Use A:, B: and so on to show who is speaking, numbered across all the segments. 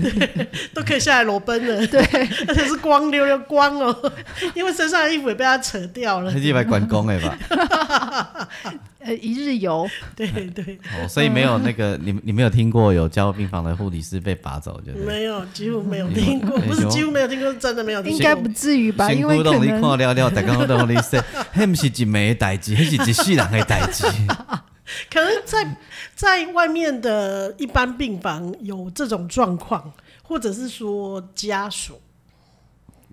A: 都可以下来裸奔了，
B: 对，
A: 而且是光溜溜光哦， 因为身上的衣服也被他扯掉了
C: 他，去买关公哎吧？
B: 呃，一日游，
A: 对对，
C: 哦，所以没有那个你你没有听过有加护病房的护理师被拔走，就是
A: 没有，几乎没有听过，
C: 哎呦
A: 不是几乎没有听过，是真的没有听
B: 应
A: 过，
B: 该不至于吧？
C: 仙
B: 因为
C: 姑
B: 可
C: 洞你
B: 能
C: 看了了，大家都洞你说，迄不是一枚代志，迄是一世人的代志。
A: 可能在在外面的一般病房有这种状况，或者是说家属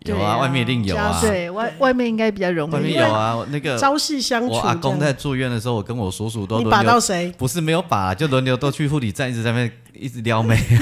C: 有
B: 对
C: 啊，
B: 啊
C: 外面一定有啊，
B: 对外外面应该比较容
C: 外面
B: 易。
C: 有啊。那个
A: 朝夕相处
C: 我阿公
A: 这样
C: 在住院的时候，我跟我叔叔都
A: 你
C: 轮
A: 把到
C: 流，
A: 谁？
C: 不是没有把，就轮流都去护理站，一直在那边一直撩妹，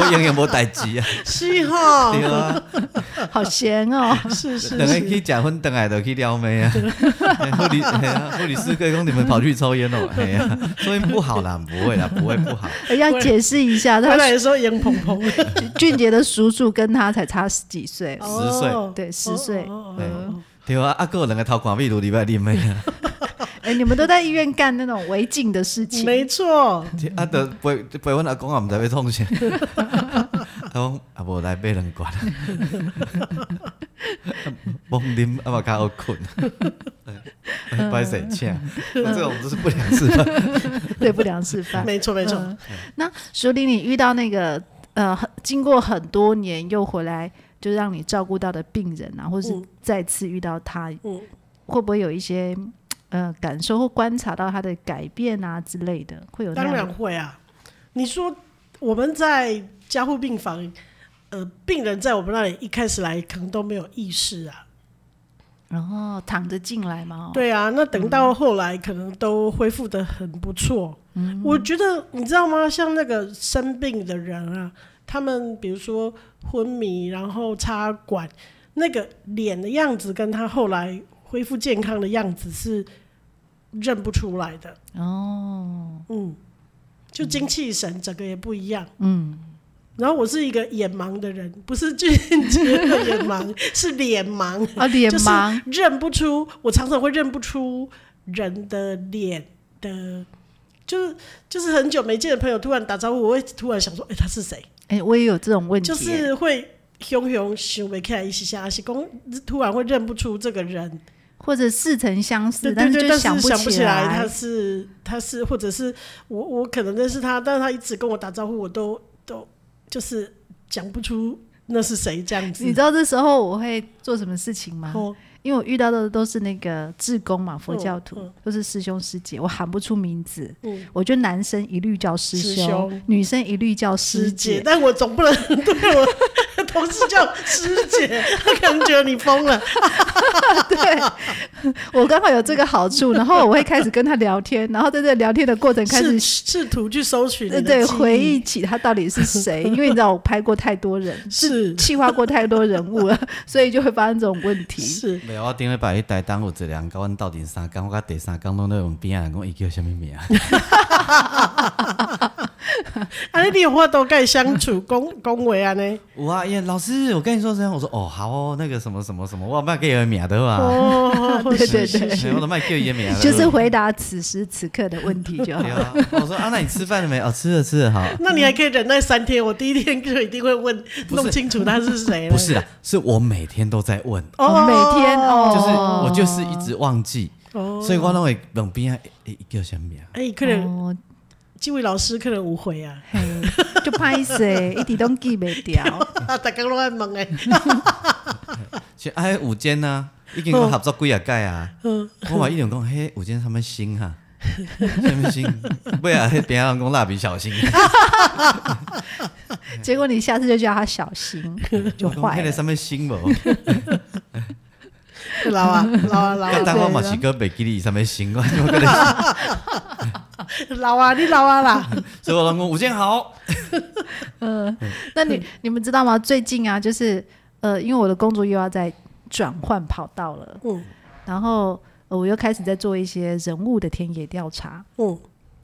C: 我永远没代志啊，
A: 是哈，
C: 对啊，
B: 好闲 哦，
A: 是是
C: 等下
A: 是，
C: 去结婚，等下就去撩妹啊。嘿 护理，嘿啊，护理师哥讲你们跑去抽烟哦，嘿啊，抽烟不好啦，不会啦，不会不好。
B: 呃要解释一下，
A: 回
B: 他
A: 来的时候眼蓬蓬的，
B: 俊杰的叔叔跟他才差十几岁，
C: 十岁
A: 哦
B: 对十岁
A: 哦哦
C: 对
A: 哦哦
C: 对啊，阿哥两个头款比如礼拜啉的啊，
B: 哎，你们都在医院干那种违禁的事情，
A: 没错，
C: 啊，都陪陪阮阿公也毋知要创啥。啊，讲啊，无来买两罐， 啊懵啉啊嘛较好困。歹势请，这种就是不良示 范。
B: 对不良示范。
A: 没错，没错。
B: 嗯那淑玲，你遇到那个呃，很经过很多年又回来，就让你照顾到的病人啊，或是
A: 嗯
B: 再次遇到他，
A: 嗯
B: 会不会有一些呃感受或观察到他的改变啊之类的？会有那
A: 当
B: 样
A: 然
B: 的
A: 会啊。你说我们在加护病房，呃，病人在我们那里一开始来可能都没有意识啊，
B: 然后躺着进来嘛、哦，，
A: 对啊，那等到后来可能都恢复的很不错。
B: 嗯
A: 我觉得你知道吗？像那个生病的人啊，他们比如说昏迷，然后插管，那个脸的样子跟他后来恢复健康的样子是认不出来的。
B: 哦，
A: 嗯，就精气神整个也不一样。
B: 嗯，
A: 然后我是一个眼盲的人，不是俊杰的眼盲， 是脸盲，
B: 啊，脸
A: 就是
B: 盲，
A: 认不出。我常常会认不出人的脸的，就是就是很久没见的朋友突然打招呼，我会突然想说，哎、他是谁？
B: 哎、我也有这种问题，
A: 就是会。熊熊想不起来一起下，是公突然会认不出这个人，
B: 或者似曾相识，
A: 对对
B: 是
A: 对，
B: 就
A: 但是
B: 不
A: 想不起来
B: 来
A: 他是他是，或者是我我可能认识他，但是他一直跟我打招呼，我都都就是讲不出那是谁这样子。
B: 你知道这时候我会做什么事情吗？
A: 哦，
B: 因为我遇到的都是那个志工嘛，佛教徒、
A: 嗯
B: 都是师兄师姐，我喊不出名字，
A: 嗯，
B: 我觉得男生一律叫师兄，
A: 师兄
B: 女生一律叫
A: 师
B: 师
A: 姐，但我总不能 对我的同事叫师姐， 他可能觉得你疯了。
B: 我刚好有这个 好处，然后我会开始跟他聊天，然后在这聊天的过程开
A: 试
B: 始。
A: 试图去搜取你
B: 对
A: 的
B: 对，
A: 记忆
B: 回忆起他到底 是谁，因为你知道我拍过太多人，
A: 是
B: 气化过太多人物了，所以就会发生这种问题。
A: 是，
C: 袂，我顶礼拜去台东有一个人甲阮斗阵三工，我甲第三工拢咧问边仔人讲伊叫啥物名，啊
A: 啊，你有话都该相处恭恭维啊呢？
C: 有啊，耶，老师，我跟你说声，我说哦好哦，那个什么什么什么，我卖给伊的名啊对吧？
A: 哦，
B: 对对对
A: 是是
C: 嘿我都卖叫伊的名了。啊
B: 就是回答此时此刻的问题就好
C: 对。啊，我说啊，那你吃饭了没？哦，吃了吃了，
B: 哎
C: 好。
A: 那你还可以忍耐三天，我第一天就一定会问
C: 不是
A: 弄清楚他是谁了。
C: 不是啦，啊是我每天都在问，
B: 哦，每天哦，
C: 就是我就是一直忘记，
A: 哦，
C: 所以我拢会问边仔诶伊叫啥物名。啊
A: 哎，可能
B: 哦
A: 这位老师可能误会啊，
B: 嘿就拍死，一点都记袂掉。
A: 大家都爱问哎，
C: 是啊，迄午间啊，已
B: 哦
C: 经跟我合作几啊届啊，我嘛一定讲，嘿，午间他们新哈、啊，什 么新？尾啊，迄边人讲蜡笔小新，
B: 结果你下次就叫他小 心，就坏
C: 迄个
B: 了。
C: 什么 新无？啊
A: 老啊老啊老
C: 但
A: 啊
C: 当我嘛是个袂记哩什么新，我就跟你，
A: 老啊，你老啊啦，
C: 所以我拢讲午间好，
B: 嗯，那你你们知道吗？最近啊，就是呃，因为我的工作又要在转换跑道了，
A: 嗯
B: 然后、呃我又开始在做一些人物的田野调查。
A: 嗯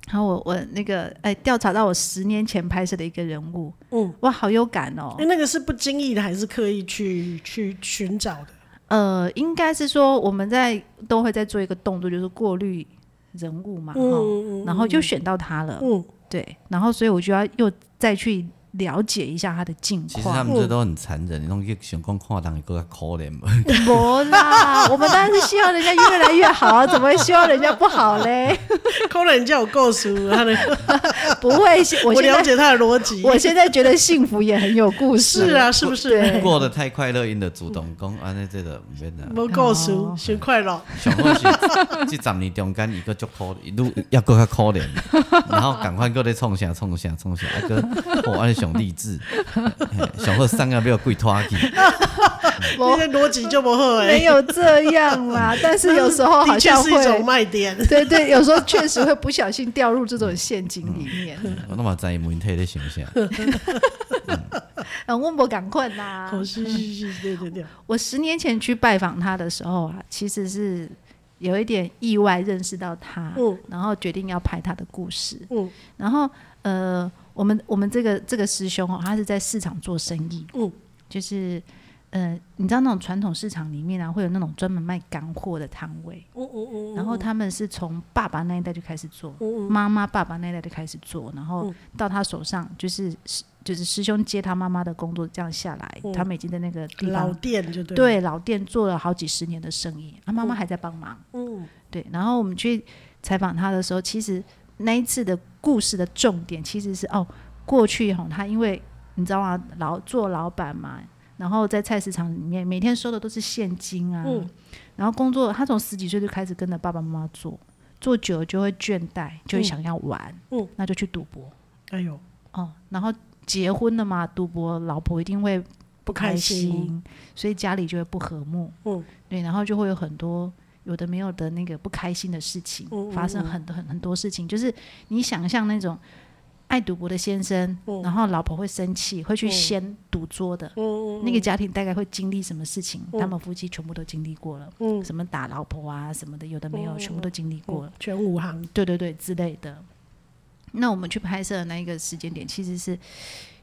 B: 然后我我那个哎，调查到我十年前拍摄的一个人物，
A: 嗯，
B: 哇，好有感哦
A: 哎，。那个是不经意的还是刻意去去寻找的？
B: 呃，应该是说我们在都会在做一个动作，就是过滤人物嘛，哦
A: 嗯
B: 然后就选到他了，
A: 嗯
B: 对，然后所以我就要又再去了解一下他的近
C: 其实他
B: 况。
C: 们这都很残忍，拢去想讲看人会更较可怜无？
B: 不啦，我们当然是希望人家越来越好，啊怎么会希望人家不好嘞？
A: 可能人家有够熟，他的
B: 不会，我
A: 我
B: 现
A: 了
B: 在
A: 解他的逻辑。
B: 我现在觉得幸福也很有故事。
A: 是啊，是不是？
B: 对
C: 过得太快乐，因的主动讲，安尼这个毋免啦。
A: 不够熟，
B: 哦
A: 学快乐。
C: 上好是 即十年中间伊个足可，一路要搁较可怜，然后赶快搁咧创啥创啥创啥，啊个哦安尼上励志， 嘿上好送啊要鬼拖去，
A: 那些逻辑就不好哎、
B: 没有这样啦，但是有时候好
A: 的确
B: 像
A: 是一种
B: 会，
A: 卖点。
B: 对对，有时候确实会不小心掉入这种陷阱里面。
C: 我都嘛知伊问题咧想啥，
B: 嗯，温博赶快啦！
A: 哦，是是是，对对对，
B: 我十年前去拜访他的时候啊，其实是有一点意外认识到他，
A: 嗯
B: 然后决定要拍他的故事。
A: 嗯
B: 然后呃，我们我们这个这个师兄哦，他是在市场做生意，
A: 嗯，
B: 就是呃，你知道那种传统市场里面啊，会有那种专门卖干货的摊位，
A: 嗯嗯嗯，
B: 然后他们是从爸爸那一代就开始做，
A: 嗯嗯嗯
B: 妈妈爸爸那一代就开始做，然后到他手上就是师就是师兄接他妈妈的工作，这样下来，
A: 嗯
B: 他们已经在那个地
A: 老
B: 方
A: 店就对，，
B: 对老店做了好几十年的生意，啊他、妈妈还在帮忙。
A: 嗯
B: 对，然后我们去采访他的时候，其实那一次的故事的重点其实是哦，过去吼他因为你知道吗，老做老板嘛，然后在菜市场里面每天收的都是现金啊，
A: 嗯
B: 然后工作他从十几岁就开始跟着爸爸妈妈做，做久了就会倦怠，就会想要玩，
A: 嗯
B: 那就去赌博
A: 哎呦，
B: 哦，然后结婚了嘛，赌博老婆一定会
A: 不
B: 不开
A: 开
B: 心，
A: 心，
B: 所以家里就会不和睦。
A: 嗯，
B: 对，然后就会有很多有的没有的那个不开心的事情、
A: 嗯嗯
B: 发生
A: 嗯
B: 很，多很很多事情，就是你想象那种爱赌博的先生，
A: 嗯
B: 然后老婆会生气，会去
A: 嗯
B: 掀赌桌的。
A: 嗯
B: 那个家庭大概会经历什么事情？
A: 嗯
B: 他们夫妻全部都经历过了，
A: 嗯
B: 什么打老婆啊，什么的，有的没有，
A: 嗯
B: 全部都经历过了。
A: 全武行，
B: 对对对之类的。那我们去拍摄的那一个时间点，其实是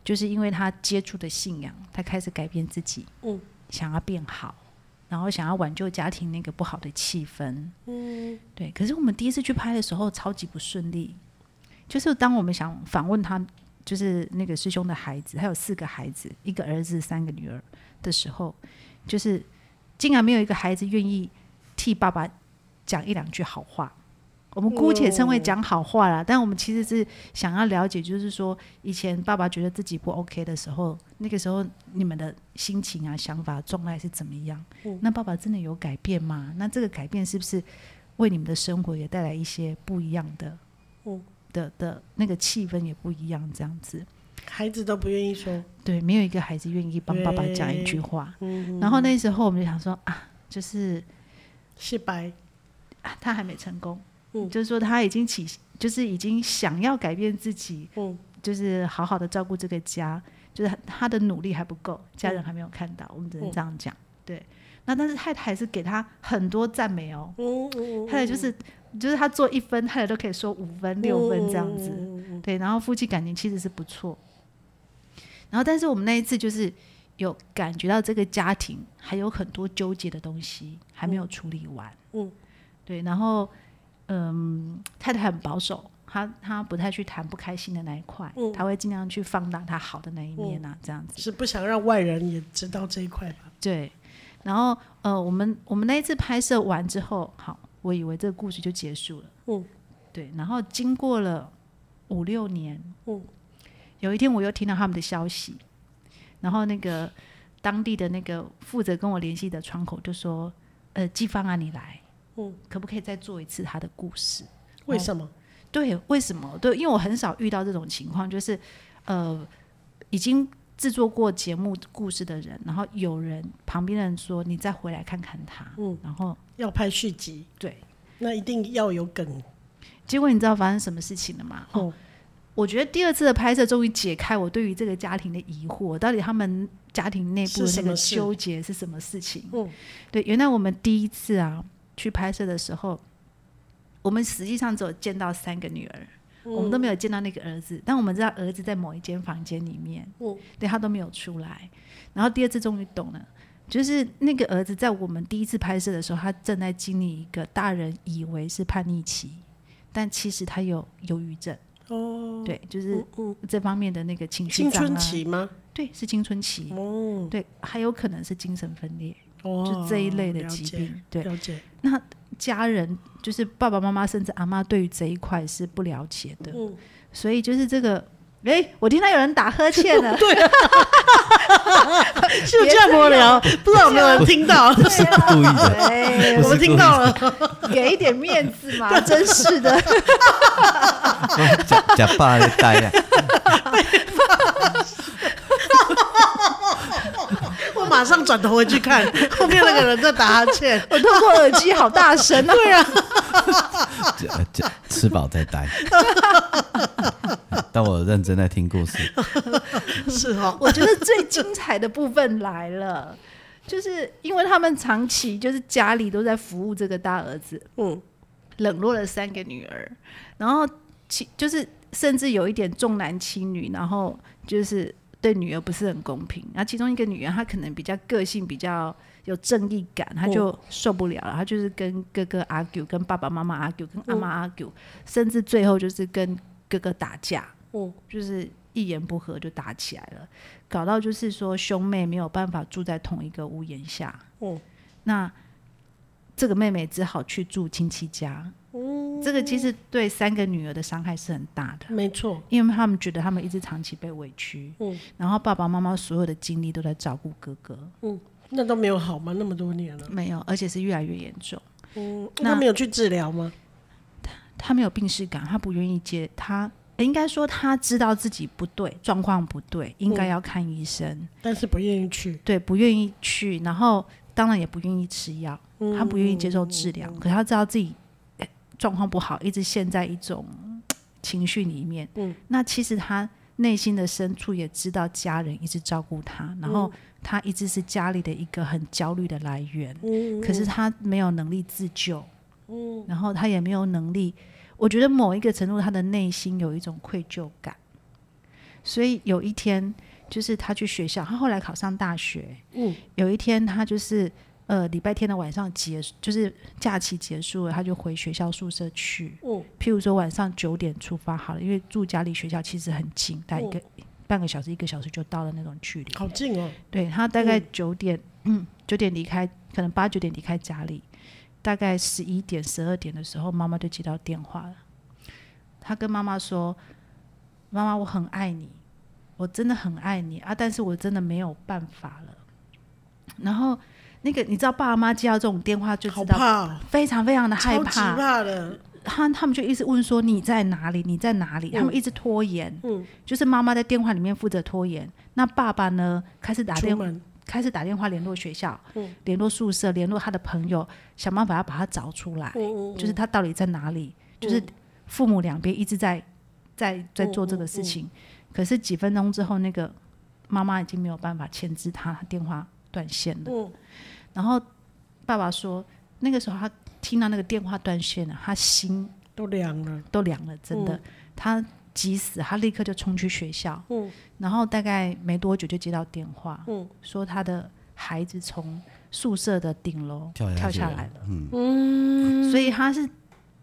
B: 就是因为他接触的信仰，他开始改变自己，
A: 嗯，
B: 想要变好，然后想要挽救家庭那个不好的气氛，
A: 嗯
B: 对。可是我们第一次去拍的时候，超级不顺利，就是当我们想访问他，就是那个师兄的孩子，他有四个孩子，一个儿子，三个女儿的时候，就是竟然没有一个孩子愿意替爸爸讲一两句好话。我们姑且称为讲好话啦，但我们其实是想要了解，就是说以前爸爸觉得自己不 OK 的时候，那个时候你们的心情啊、想法、状态是怎么样？
A: 嗯
B: 那爸爸真的有改变吗？那这个改变是不是为你们的生活也带来一些不一样的的的那个气氛也不一样，这样子。
A: 孩子都不愿意说，
B: 对，没有一个孩子愿意帮爸爸讲一句话。
A: 嗯，
B: 然后那时候我们就想说啊，就是
A: 是白，
B: 啊，他还没成功，
A: 嗯
B: 就是说他已经起，就是已经想要改变自己，
A: 嗯
B: 就是好好的照顾这个家，就是他的努力还不够，家人还没有看到，我们只能
A: 嗯
B: 这样讲。对，那但是太太还是给他很多赞美哦，
A: 嗯嗯，
B: 太太就是就是他做一分，太太都可以说五
A: 哦
B: 分六分这样子。
A: 嗯
B: 对，然后夫妻感情其实是不错。然后，但是我们那一次就是有感觉到这个家庭还有很多纠结的东西还没有处理完。
A: 嗯，
B: 对，然后嗯，太太很保守，她她不太去谈不开心的那一块，
A: 嗯
B: 她会尽量去放大她好的那一面啊，这样子。
A: 是不想让外人也知道这一块吧？
B: 对，然后呃，我们我们那一次拍摄完之后，好，我以为这个故事就结束了。
A: 嗯，
B: 对，然后经过了五六年，
A: 嗯，
B: 有一天我又听到他们的消息，然后那个当地的那个负责跟我联系的窗口就说：“呃，季芳啊，你来，
A: 嗯，
B: 可不可以再做一次他的故事？”哦
A: 为什么？
B: 对，为什么？对，因为我很少遇到这种情况，就是呃，已经制作过节目故事的人，然后有人旁边的人说：“你再回来看看他。”
A: 嗯，
B: 然后
A: 要拍续集，
B: 对，
A: 那一定要有梗
B: 结果你知道发生什么事情了吗？
A: 哦。
B: 我觉得第二次的拍摄终于解开我对于这个家庭的疑惑，到底他们家庭内部
A: 是
B: 的那
A: 什
B: 个
A: 么事
B: 纠结是什么事情？
A: 嗯
B: 对，原来我们第一次啊去拍摄的时候，我们实际上只有见到三个女儿，
A: 哦
B: 我
A: 嗯
B: 们都没有见到那个儿子，但我们知道儿子在某一间房间里面，
A: 嗯
B: 对他都没有出来。然后第二次终于懂了。就是那个儿子，在我们第一次拍摄的时候，他正在经历一个大人以为是叛逆期，但其实他有忧郁症。
A: 哦，
B: 对，就是
A: 嗯嗯，
B: 这方面的那个情绪、
A: 青春，期吗？
B: 对，是青春期，
A: 哦
B: 对，还有可能是精神分裂，
A: 哦，
B: 嗯就这一类的
A: 了
B: 疾
A: 解
B: 病。对，
A: 了解，
B: 家人就是爸爸妈妈甚至阿妈对于这一块是不了解的，
A: 嗯，
B: 所以就是这个，诶，我听到有人打呵欠了，
A: 对 啊，就这样无聊，不知道有没有人听到？
C: 不是故意的，
B: 哎，
A: 我们听到了，
B: 给一点面子嘛，真是的，
C: 假假爸在呆啊，
A: 我马上转头回去 看，后面那个人在打哈欠。
B: 我透过耳机好大声啊，对啊，
C: 假假吃饱再呆。但我认真在听故事，
A: 是哦，
B: 我觉得最精彩的部分来了，就是因为他们长期就是家里都在服务这个大儿子，
A: 嗯，
B: 冷落了三个女儿，然后其就是甚至有一点重男轻女，然后就是对女儿不是很公平。然后其中一个女儿她可能比较个性比较有正义感，她就嗯受不了了，她就是跟哥哥 argue，跟爸爸妈妈 argue，跟阿妈 argue，、甚至最后就是跟哥哥打架，
A: 嗯，
B: 就是一言不合就打起来了，搞到就是说兄妹没有办法住在同一个屋檐下，
A: 嗯，
B: 那这个妹妹只好去住亲戚家。
A: 嗯
B: 这个其实对三个女儿的伤害是很大的，
A: 没错，
B: 因为他们觉得他们一直长期被委屈，
A: 嗯
B: 然后爸爸妈妈所有的精力都在照顾哥哥，
A: 嗯，那都没有好吗？那么多年了，
B: 没有，而且是越来越严重。
A: 嗯，
B: 那
A: 那没有去治疗吗？
B: 他没有病逝感，他不愿意接，他呃应该说他知道自己不对，状况不对，应该要看医生，
A: 但是不愿意去，
B: 嗯对，不愿意去，然后当然也不愿意吃药，
A: 嗯
B: 他不愿意接受治疗，可是他知道自己呃状况不好，一直陷在一种嘖情绪里面。
A: 嗯，
B: 那其实他内心的深处也知道家人一直照顾
A: 嗯
B: 他，然后他一直是家里的一个很焦虑的来源。
A: 嗯，
B: 可是他没有能力自救，嗯，然后他也没有能力，我觉得某一个程度，他的内心有一种愧疚感，所以有一天，就是他去学校，他后来考上大学，
A: 嗯，
B: 有一天他就是呃礼拜天的晚上结，就是假期结束了，他就回学校宿舍去，
A: 嗯，
B: 譬如说晚上九点出发好了，因为住家离学校其实很近，大概一个、
A: 嗯
B: 半个小时一个小时就到了那种距离，
A: 好近哦，
B: 对他大概
A: 嗯
B: 九点，嗯，九、点离开，可能八九点离开家里，大概十一点、十二点的时候，妈妈就接到电话了。他跟妈妈说：“妈妈，我很爱你，我真的很爱你啊，但是我真的没有办法了。”然后那个你知道，爸爸妈妈接到这种电话就
A: 好
B: 知道
A: 怕哦，
B: 非常非常的害
A: 超级
B: 怕，
A: 怕的，
B: 他他们就一直问说你在哪里？你在哪里？
A: 嗯
B: 他们一直拖延，
A: 嗯，
B: 就是妈妈在电话里面负责拖延，那爸爸呢开始打
A: 出
B: 电话。
A: 门，
B: 开始打电话联络学校
A: 嗯，
B: 联、络宿舍，联络他的朋友，想办法要把他找出来，
A: 嗯嗯，
B: 就是他到底在哪里？就是父母两边一直在在
A: 嗯
B: 在做这个事情，可是几分钟之后，那个妈妈已经没有办法牵制他，他电话断线了。
A: 嗯
B: 然后爸爸说，那个时候他听到那个电话断线了，他心
A: 都凉了，
B: 都凉了，真的，他急死，他立刻就冲去学校，
A: 嗯
B: 然后大概没多久就接到电话，
A: 嗯
B: 说他的孩子从宿舍的顶楼
C: 跳下
B: 跳
C: 去
B: 下
C: 了
B: 来了，
A: 嗯
B: 所以他是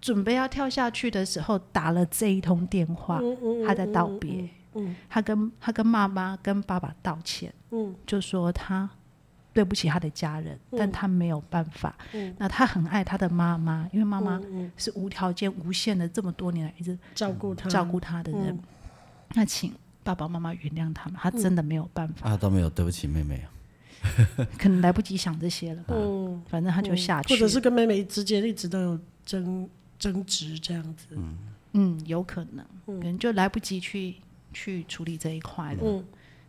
B: 准备要跳下去的时候打了这一通电话，
A: 嗯嗯
B: 他在道别，
A: 嗯
B: 他跟他跟妈妈跟爸爸道歉。
A: 嗯
B: 就说他对不起他的家人，但他没有办法。
A: 嗯
B: 那他很爱他的妈妈，因为妈妈
A: 嗯嗯
B: 是无条件、无限的，这么多年来一直
A: 照顾他，
B: 照顾他的人。
A: 嗯
B: 那请爸爸妈妈原谅他们，他真的没有办法，
C: 啊都没有对不起妹妹啊，
B: 可能来不及想这些了吧。
A: 嗯，
B: 反正他就下去
A: 或
B: 了，
A: 者是跟妹妹之间一直都有争争执这样子，
B: 嗯，有可能，可能就来不及去去处理这一块了。
A: 嗯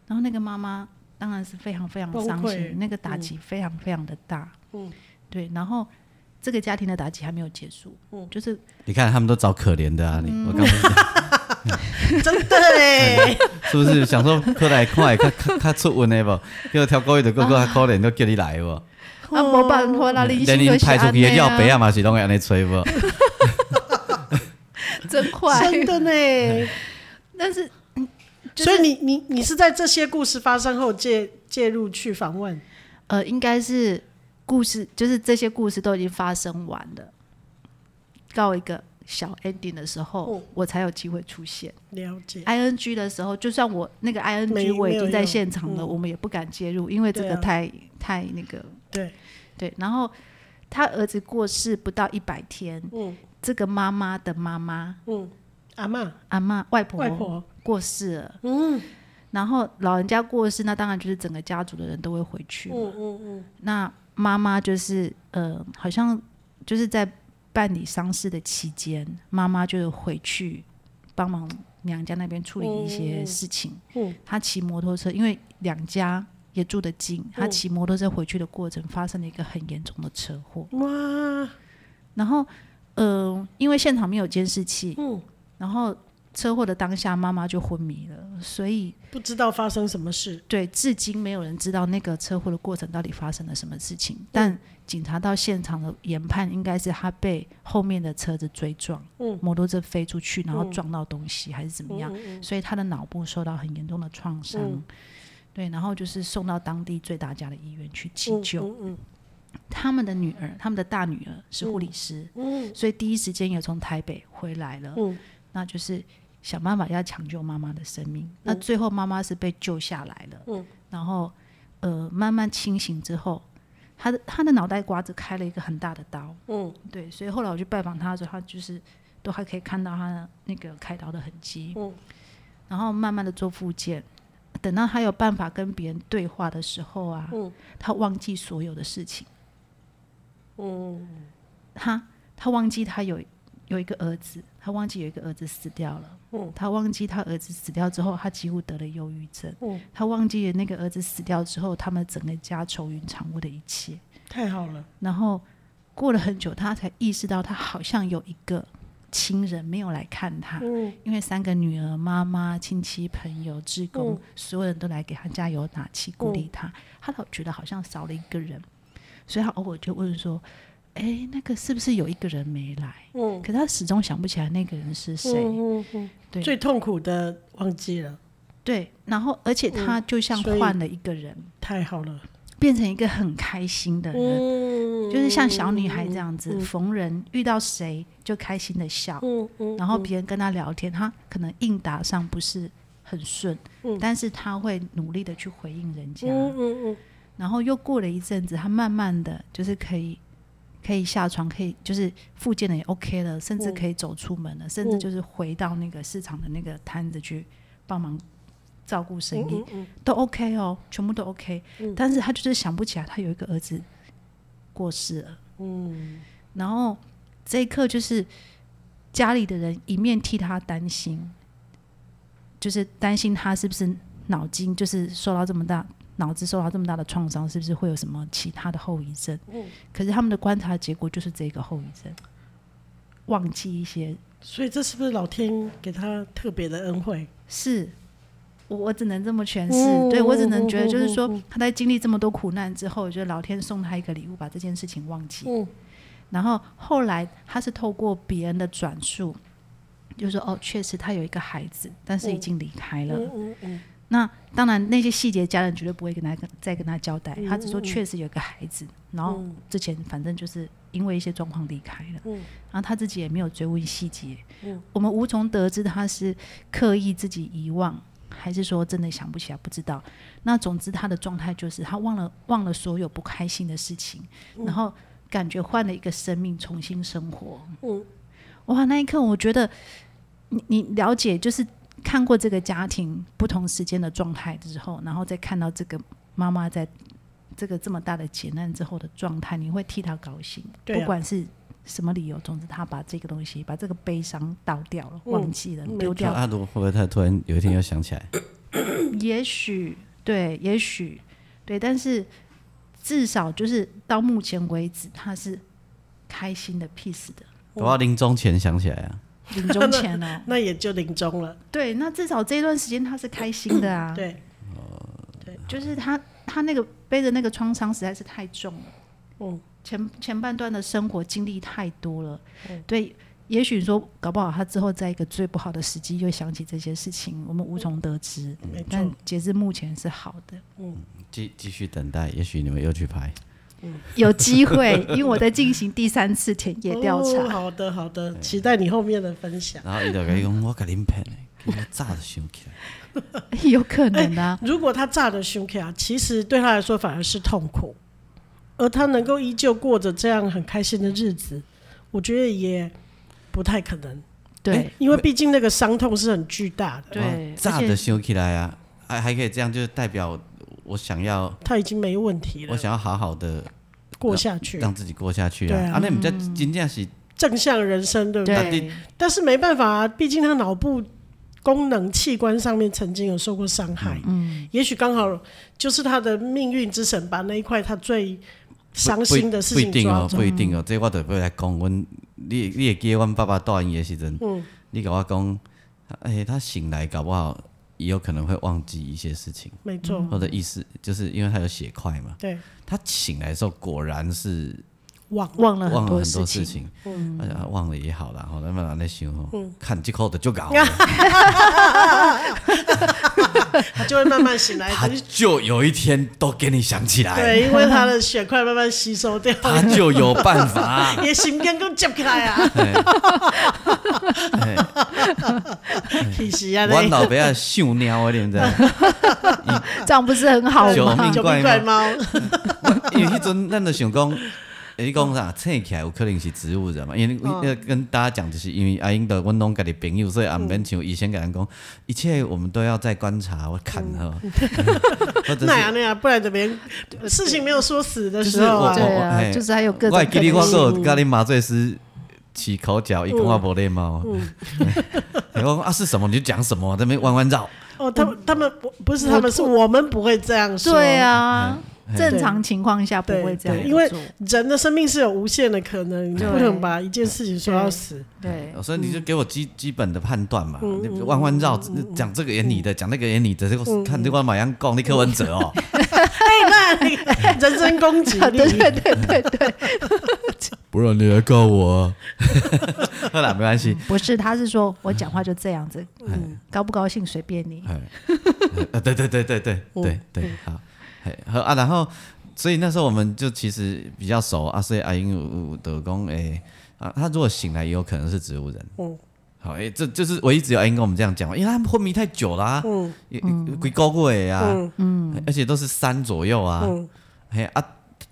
B: 然后那个妈妈当然是非常非常伤
A: 崩溃
B: 心，那个打击非常非常的大。
A: 嗯，
B: 对。然后这个家庭的打击还没有结束，
A: 嗯
B: 就是
C: 你看他们都找可怜的啊，你我刚刚
A: 真的哎，
C: 是不是想说过来 看下，较较较出运的无？结果超过伊就个个可怜，都叫你来无？
B: 啊，没办法啦，你
C: 连
B: 心就是
C: 嗯派出去的
B: 安尼
C: 尿
B: 啊
C: 杯啊嘛是拢会安尼吹无？
B: 真快。
A: 真的呢。
B: 但是就是
A: 所以你你你是在这些故事发生后介介入去访问，
B: 呃，应该是故事，就是这些故事都已经发生完了，到一个小 ending 的时候，
A: 嗯
B: 我才有机会出现。
A: 了
B: 啊
A: 解，
B: ing 的时候，就算我那个
A: 没
B: ing 我已经在现场
A: 没有
B: 了，
A: 用嗯
B: 我们也不敢介入，因为这
A: 对
B: 个
A: 啊
B: 太、太那个
A: 对，
B: 对。然后他儿子过世不到一百天，
A: 嗯
B: 这个妈妈的妈妈
A: 嗯，阿妈、
B: 阿嬷外婆
A: 外婆，
B: 过世了，
A: 嗯
B: 然后老人家过世，那当然就是整个家族的人都会回去。
A: 嗯嗯
B: 那妈妈就是呃，好像就是在办理丧事的期间，妈妈就回去帮忙娘家那边处理一些事情。
A: 嗯嗯
B: 她骑摩托车，因为两家也住得近，
A: 嗯
B: 她骑摩托车回去的过程发生了一个很严重的车祸。
A: 嗯，哇，
B: 然后，呃，因为现场没有监视器，
A: 嗯，
B: 然后车祸的当下，妈妈就昏迷了，所以
A: 不知道发生什么事，
B: 对，至今没有人知道那个车祸的过程到底发生了什么事情。
A: 嗯
B: 但警察到现场的研判应该是他被后面的车子追撞，
A: 嗯
B: 摩托车飞出去，然后
A: 嗯
B: 撞到东西、还是怎么样，
A: 嗯
B: 所以他的脑部受到很严重的创伤。
A: 嗯
B: 对，然后就是送到当地最大家的医院去急
A: 嗯
B: 救。
A: 嗯
B: 他们的女儿，他们的大女儿是护理师，
A: 嗯
B: 所以第一时间也从台北回来了。
A: 嗯
B: 那就是想办法要抢救妈妈的生命。那最后妈妈是被救下来了，
A: 嗯
B: 然后呃慢慢清醒之后，她的她的脑袋瓜子开了一个很大的刀，
A: 嗯
B: 对，所以后来我去拜访她的时候，她就是都还可以看到她的那个开刀的痕迹，
A: 嗯
B: 然后慢慢的做复健。等到她有办法跟别人对话的时候啊，
A: 嗯
B: 她忘记所有的事情，
A: 嗯
B: 她她忘记她有有一个儿子，她忘记有一个儿子死掉了。
A: 嗯
B: 他忘记他儿子死掉之后，他几乎得了忧郁症。
A: 嗯，
B: 他忘记了那个儿子死掉之后，他们整个家愁云惨雾的一切。
A: 太好了，
B: 然后过了很久，他才意识到他好像有一个亲人没有来看他，
A: 嗯
B: 因为三个女儿、妈妈、亲戚、朋友、志工，
A: 嗯
B: 所有人都来给他加油打气、鼓励他，他老觉得好像少了一个人，所以他偶尔就问说：“哎，那个是不是有一个人没来？”
A: 嗯，
B: 可是他始终想不起来那个人是谁。
A: 嗯嗯
B: 对
A: 最痛苦的忘记了，
B: 对，然后而且他就
A: 嗯
B: 像
A: 所以
B: 换了一个人，
A: 太好了，
B: 变成一个很开心的人，
A: 嗯
B: 就是像小女孩这样子，
A: 嗯
B: 逢人遇到谁就开心的笑，
A: 嗯嗯，
B: 然后别人跟他聊天，他可能应答上不是很顺，
A: 嗯
B: 但是他会努力的去回应人家，
A: 嗯嗯嗯
B: 然后又过了一阵子，他慢慢的就是可以。可以下床，可以就是复健的也 OK 了，甚至
A: 嗯
B: 可以走出门了，甚至
A: 嗯
B: 就是回到那个市场的那个摊子去帮忙照顾生意。
A: 嗯嗯
B: 都 OK 哦，全部都 OK，、
A: 嗯
B: 但是他就是想不起来他有一个儿子过世了，
A: 嗯
B: 然后这一刻就是家里的人一面替他担心，就是担心他是不是脑筋就是受到这么大脑子受到这么大的创伤，是不是会有什么其他的后遗症？
A: 嗯，
B: 可是他们的观察结果就是这个后遗症，忘记一些
A: 所以这是不是老天给他特别的恩惠？
B: 是。我我只能这么诠释，
A: 嗯
B: 对我
A: 嗯
B: 只能
A: 嗯
B: 觉得就是
A: 嗯
B: 说
A: 嗯嗯，
B: 他在经历这么多苦难之后，我觉得老天送他一个礼物，把这件事情忘记。
A: 嗯
B: 然后后来他是透过别人的转述，就说哦，确实他有一个孩子，但是已经离开了。
A: 嗯嗯嗯，
B: 那当然那些细节家人绝对不会跟他再跟他交代，
A: 嗯
B: 他只说
A: 嗯嗯
B: 确实有一个孩子，然后
A: 嗯
B: 之前反正就是因为一些状况离开了，
A: 嗯
B: 然后他自己也没有追问细节，
A: 嗯
B: 我们无从得知他是刻意自己遗忘，还是说真的想不起来，不知道。那总之他的状态就是他忘了忘了所有不开心的事情，然后感觉换了一个生命，重新生活。
A: 嗯，
B: 哇，那一刻我觉得你你了解就是。看过这个家庭不同时间的状态之后，然后再看到这个妈妈在这个这么大的劫难之后的状态，你会替她高兴，
A: 对啊
B: 不管是什么理由，总之她把这个东西，把这个悲伤倒掉了，
A: 嗯
B: 忘记了，
A: 没
B: 丢
C: 就
B: 掉哦了。
C: 阿啊如会不会他突然有一天又想起来？
A: 嗯
B: 也许对，也许对，但是至少就是到目前为止，她是开心的、peace 的。
C: 我要临终前想起来啊，
B: 临终前哦，
A: 那也就临终了。
B: 对，那至少这一段时间她是开心的啊。
A: 嗯对，
B: 就是他他那个背着那个创伤实在是太重了，
A: 嗯，
B: 前前半段的生活经历太多了，
A: 嗯
B: 对，也许说搞不好他之后在一个最不好的时机又想起这些事情，我们无从得知，
A: 没错
B: 嗯但截至目前是好的，
C: 继继续等待，也许你们又去拍。
B: 有机会，因为我在进行第三次田野调
A: 哦
B: 查，
A: 好的好的，期待你后面的分享。
B: 嗯
C: 然后伊就跟你讲，我甲恁骗的，我早就想起来。
B: 有可能啊，
A: 如果他炸的胸卡，啊其实对他来说反而是痛苦，而他能够依旧过着这样很开心的日子，我觉得也不太可能，
B: 对
A: 因为毕竟那个伤痛是很巨大的，
B: 对，
C: 早
B: 而
C: 就
B: 且
C: 想起来啊，还还可以这样，就是代表我想要，
A: 他已经没问题
C: 我
A: 了，
C: 想要好好的
A: 过下去，
C: 让自己过下去
A: 对啊
C: 啊。啊，那你们真正是
A: 正向人生，对不对？
B: 对
A: 但是没办法、啊，毕竟他脑部功能器官上面曾经有受过伤害，嗯，也许刚好就是他的命运之神把那一块他最伤心的事
C: 不一
A: 情啊嗯
C: 定
A: 抓
C: 哦，
A: 住，
C: 不一定哦，这我就不来讲。阮你你会记得阮爸爸带伊的时阵，你甲我讲，哎、他醒来搞不好也有可能会忘记一哦嗯些事情，
A: 没错，
C: 或者意思就是因为他有血块嘛，
A: 对，
C: 他醒来的时候果然是
A: 忘了
B: 忘了
C: 忘
B: 很多
C: 了嗯很多事
B: 情，
C: 情，嗯哎呀、忘了也好啦，吼，那么安尼想吼，看这口的就搞，
A: 他就会慢慢醒来，
C: 他就有一天都给你想起 来，
A: 对，因为他的血块慢慢吸收掉，
C: 他就有办 法。
A: 也心肝更接起来啊，
C: 嘿嘿
A: 其实啊，
C: 我
A: 嘞，
C: 老爸要秀猫的，你知道吗？
B: 这样不是很好
C: 救
B: 吗
C: 命？
A: 九命怪猫，
C: 因为迄阵咱就想讲，诶，你讲啥，醒起来有可能是植物人嘛？因为
B: 哦
C: 你要跟大家讲，就是因为阿英的阮拢家己朋友，所以也毋免像以前甲人讲，一切我们都要再观察，我看
B: 嗯
C: 哈，或者
A: 那样
C: 是
A: 那样，不然怎么样？事情没有说死的
C: 就是
A: 时候
C: 我
A: 啊，
B: 对
C: 我
B: 啊，
C: 嘿
B: 就是还有各
C: 我
B: 种
C: 会记
B: 可
C: 你
B: 能
C: 我
B: 性，
C: 有甲你麻醉师起口角，伊讲我无礼貌。
B: 嗯
C: 我讲啊是什么你就讲什么，在那边弯弯绕。
A: 哦，他们他们不不是他们，是我们不会这样说，
B: 对啊。
C: 嗯嘿
B: 正常情况下不
A: 对
B: 会这样
A: 对
B: 做，
A: 因为人的生命是有无限的可能，你
B: 对
A: 不能把一件事情说到死。
B: 对
C: 哦所以你就给我基基本的判断嘛，
B: 嗯
C: 你弯弯绕，讲这个也你的，讲那个也你的，这
B: 嗯
C: 个看这个马阳讲你柯文哲哦，
A: 哎，那你人身攻击力，
B: 对对对对对，
C: 不然你来告我、 啊。好啦，没关系。
B: 不是，他是说我讲话就这样子，
C: 嗯
B: 嗯高不高兴随便你。
C: 哎，呃对对对对对
A: 嗯
C: 对对，好，哎，好啊，然后，所以那时候我们就其实比较熟啊，所以阿英有德公哎啊，他如果醒来也有可能是植物人。
A: 嗯
C: 好，哎，这就是唯一只有阿英跟我们这样讲嘛，因为他昏迷太久啦、啊，
A: 嗯
C: 鬼高贵啊
A: 嗯，
C: 嗯，而且都是三左右啊，
A: 嗯，
C: 嘿啊，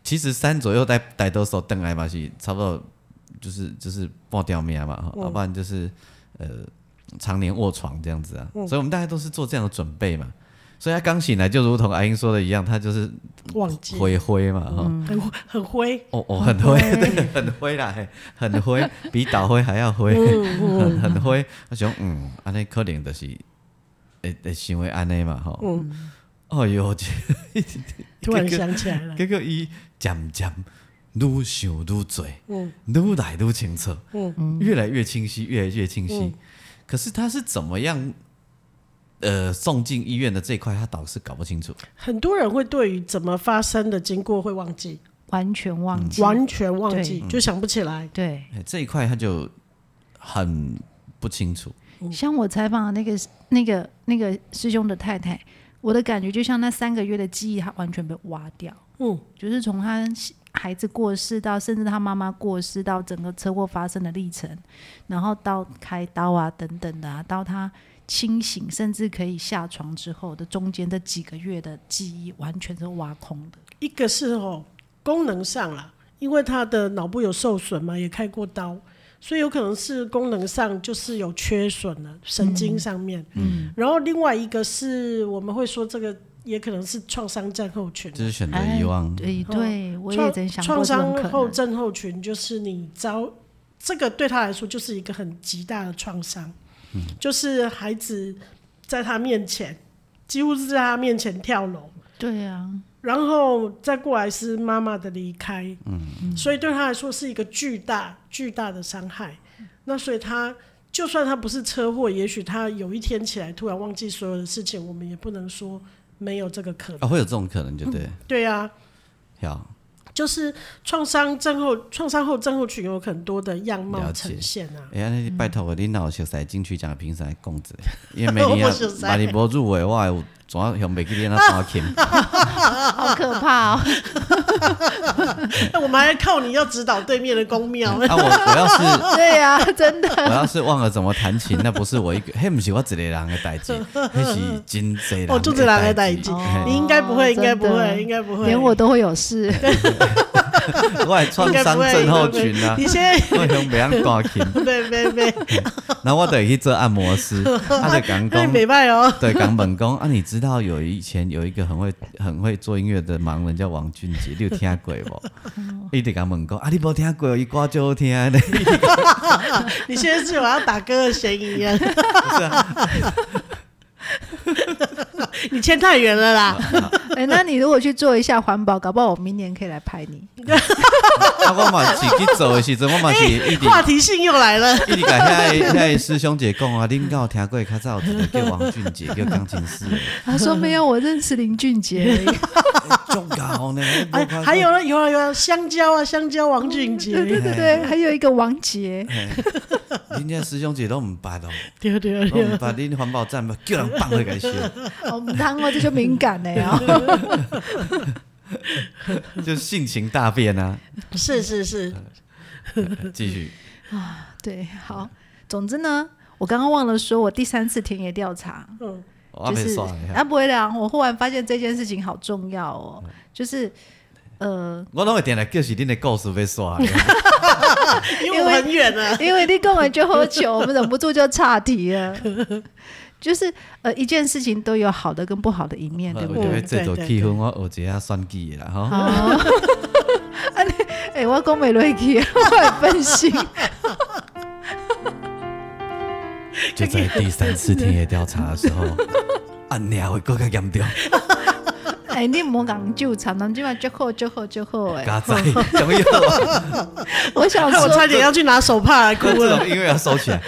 C: 其实三左右带带多手等来嘛是差不多，就是就是半条命嘛，
A: 嗯
C: 哈要、不然就是呃常年卧床这样子啊，
A: 嗯
C: 所以我们大家都是做这样的准备嘛。所以他刚醒来就如同阿英说的一样，他就是
A: 忘记
C: 灰啊灰嘛，哈、
A: 很嗯很灰，
C: 哦哦，很灰，对，很灰啦，嘿很灰，比倒灰还要灰，
A: 嗯
C: 很很灰。我想，嗯，安尼可能就是会会想为安尼嘛，吼。哎哟，这
A: 嗯 突然想起来了。
C: 结果伊渐渐愈想愈多，
A: 嗯
C: 愈来愈清楚，
A: 嗯
C: 越来越清晰，越来越清晰。可是他是怎么样呃送进医院的这一块，他倒是搞不清楚。
A: 很多人会对于怎么发生的经过会忘记，
B: 完全忘
C: 嗯
B: 记，
A: 完全忘记，就想不起来。
B: 对，
C: 哎这一块他就很不清楚。
A: 嗯
B: 像我采访的那个那个那个师兄的太太，我的感觉就像那三个月的记忆，她完全被挖掉。
A: 嗯，
B: 就是从她孩子过世到甚至她妈妈过世到整个车祸发生的历程，然后到开刀啊等等的啊，到她清醒甚至可以下床之后的中间这几个月的记忆，完全是挖空的。
A: 一个是哦功能上啦，因为他的脑部有受损嘛，也开过刀，所以有可能是功能上就是有缺损了，神经上面。嗯，然后另外一个是我们会说这个也可能是创伤症候群。
C: 就是选择
A: 哎
C: 遗忘，
B: 对对，我也真
A: 哦创
B: 想
A: 创
B: 过这种
A: 伤后
B: 可能。
A: 症候群就是你遭这个对他来说就是一个很极大的创伤，就是孩子在他面前几乎是在他面前跳楼，
B: 对啊，
A: 然后再过来是妈妈的离开，嗯，所以对他来说是一个巨大巨大的伤害。那所以他就算他不是车祸，也许他有一天起来突然忘记所有的事情，我们也不能说没有这个可能。
C: 啊，会有这种可能，就对。
A: 对啊，
C: 好，
A: 就是创伤症候、创伤后症候群有很多的样貌
C: 了解
A: 呈现啊。
C: 哎、安尼你拜托我，你若有熟悉金曲奖的评审来讲 一下，因为明
A: 我
C: 年
A: 不熟悉
C: 万一无入围，我还有怎样向袂记你那 三啊琴？
B: 好可怕哦！
A: 那哎我们还靠你要指导对面的公庙，
C: 啊，我我要是
B: 对啊，真的。
C: 我要是忘了怎么弹琴，那不是我一个，嘿，不是我一个人的代志，那是真济 人。
A: 哦真多人的代志
B: 哦
A: 你应该不会，应该不
B: 真的
A: 会，应该不会。
B: 连我都会有事。
C: 嘿我还创
A: 应该
C: 伤
A: 不会
C: 症候群啊，
A: 你先
C: 我向袂晓钢琴，
A: 别别别，
C: 然后我就会去做按摩 师，啊，就讲
A: 那
C: 讲
A: 你。没办哦。
C: 对，港本宫啊，你知道有以前有一个很会很会做音乐的盲人叫王俊杰，你有听 过无？伊伫港本宫啊，你无听过，伊歌就好听的。
A: 你现在是有要打歌的嫌疑啊！ 你牵太远了啦，
B: 哎、那你如果去做一下环保，搞不好我明年可以来拍你。
C: 啊，我嘛是去做的时阵，我嘛是一直
A: 话题性又来了。
C: 一直甲遐个遐个师兄姐讲啊，恁敢有听过较早有一个叫王俊杰叫钢琴师的，
B: 他说没有，我认识林俊杰而已。
C: 中高呢？
A: 哎，还有了，有了，有了，香蕉啊，香蕉，王俊
B: 对
A: 杰，
B: 对对对，还有一个王杰，
C: 恁这师兄姐都毋捌哦，
A: 对对
C: 都毋
A: 对，
C: 捌恁环保站嘛，叫人放去甲伊烧，
B: 我们当哦过这就敏感了呀。
C: 就性情大变啊！
A: 是是是，
C: 继续，
B: 对，好，总之呢，我刚刚忘了说，我第三次田野调查，
A: 嗯，
C: 我
B: 就
C: 被
B: 是
C: 刷了一下嗯
B: 啊，不会的啊，我忽然发现这件事情好重要哦，就是呃，
C: 我拢会定来叫是恁的故事被刷的。
A: 因为我很远啊，
B: 因为你跟我就喝酒，我们忍不住就岔题了。 就是呃，一件事情都有好的跟不好的一面，对不对
C: 我就？会
A: 嗯
C: 制
A: 对
C: 作
A: 对
C: 气
A: 对
C: 氛，我学一下算计的啦吼。
B: 哦， 啊你哎、我讲袂落去，我很 分心。
C: 就在第三次田野调查的时 候，按鸟会更加严重，
B: 哎、你莫讲纠缠，咱今晚就好就好就好 哎。
C: 加在怎么样？
B: 我想
A: 哎害我差
B: 说，
A: 点要去拿手帕来哭
C: 这
A: 了。
C: 种音乐要收起来。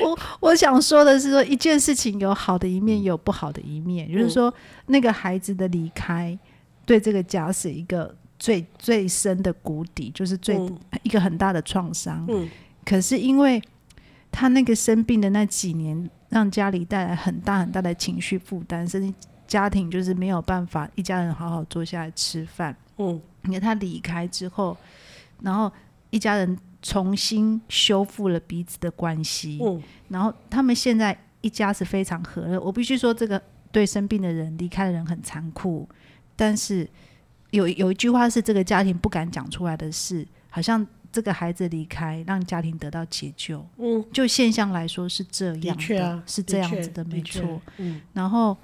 B: 我我想说的是说，一件事情有好的一
A: 嗯
B: 面，也有不好的一面。就是说，那个孩子的离开，对这个家是一个最最深的谷底，就是最、
A: 嗯
B: 一个很大的创伤。
A: 嗯
B: 可是因为他那个生病的那几年，让家里带来很大很大的情绪负担，甚至家庭就是没有办法一家人好好坐下来吃饭。
A: 嗯，
B: 你看他离开之后，然后一家人重新修复了彼此的关系，
A: 嗯
B: 然后他们现在一家是非常和乐。我必须说，这个对生病的人、离开的人很残酷，但是有有一句话是这个家庭不敢讲出来的事，好像这个孩子离开，让家庭得到解救。
A: 嗯，
B: 就现象来说是这样
A: 的确啊
B: 是
A: 的
B: 这样
A: 确
B: 子的，
A: 的
B: 没
A: 确
B: 错。
A: 嗯
B: 然后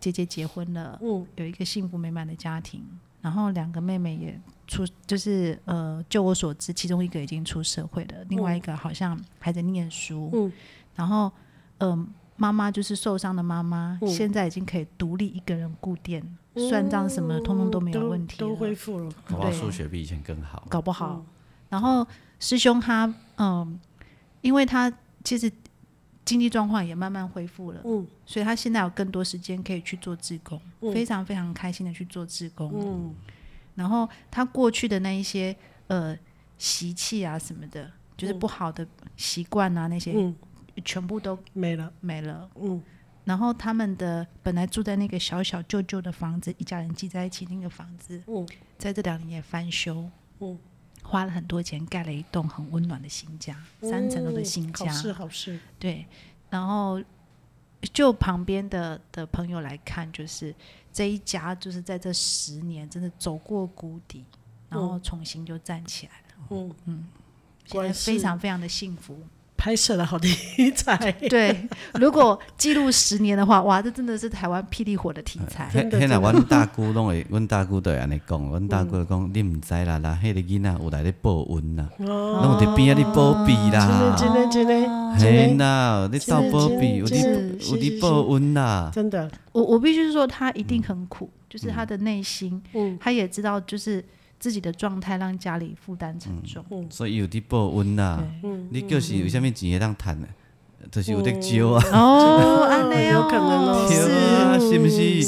B: 姐姐结婚了，
A: 嗯
B: 有一个幸福美满的家庭，然后两个妹妹也出，就是呃，就我所知，其中一个已经出社会了，另外一个好像还在念书。
A: 嗯，
B: 然后嗯、呃妈妈就是受伤的妈妈，
A: 嗯
B: 现在已经可以独立一个人顾店，算账什么的通通都没有问题
A: 都恢
B: 了，
A: 复了。
C: 搞不好
B: 对
C: 数学比以前更好。
B: 搞不呃好。然后师兄他嗯、因为他其实经济状况也慢慢恢复了，
A: 嗯
B: 所以他现在有更多时间可以去做志工，
A: 嗯
B: 非常非常开心的去做志工。
A: 嗯
B: 然后他过去的那一些呃习气啊什么的，就是不好的习惯啊那些，
A: 嗯，
B: 全部都
A: 没了，
B: 没了。
A: 嗯
B: 然后他们的本来住在那个小小旧旧的房子，一家人挤在一起那个房子，
A: 嗯
B: 在这两年也翻修，
A: 嗯，
B: 花了很多钱盖了一栋很温暖的新家，三层楼
A: 哦
B: 的新家
A: 嗯好，事好事，
B: 对，然后就旁边的的朋友来看，就是这一家就是在这十年真的走过谷底，然
A: 哦
B: 后重新就站起来了，
A: 嗯，
B: 现
A: 果
B: 在
A: 然
B: 非
A: 是
B: 常非常的 幸福。
A: 拍摄的好题材，
B: 对，如果记录十年的话，哇，这真的是台湾霹雳火的题材。
C: 嘿
A: 真的
C: 嘿啦，
A: 真的
C: 阮大姑拢会，阮大姑都会安尼讲，阮大姑就讲，你毋知啦，啦，迄个囡仔有来咧报恩啦，
A: 哦，
C: 拢有伫边仔咧保庇啦，
A: 今天今天今天
C: 嘿啦，你
A: 是
C: 走保庇，有
A: 真
C: 伫
A: 的是是
C: 有伫
A: 是
C: 报恩啦，
A: 真的，
B: 我我必须说，他一定很苦，就是他的内心，
A: 嗯
B: 他也知道，就是自己的状态让家里负担沉重。
A: 哦
C: 所以有伫报恩啦，
A: 嗯，
C: 你就是有啥物钱会当趁的，就是有伫招
A: 嗯
C: 啊，
B: 哦，安内
A: 有可能哦
C: 对啊
B: 是
C: 是不是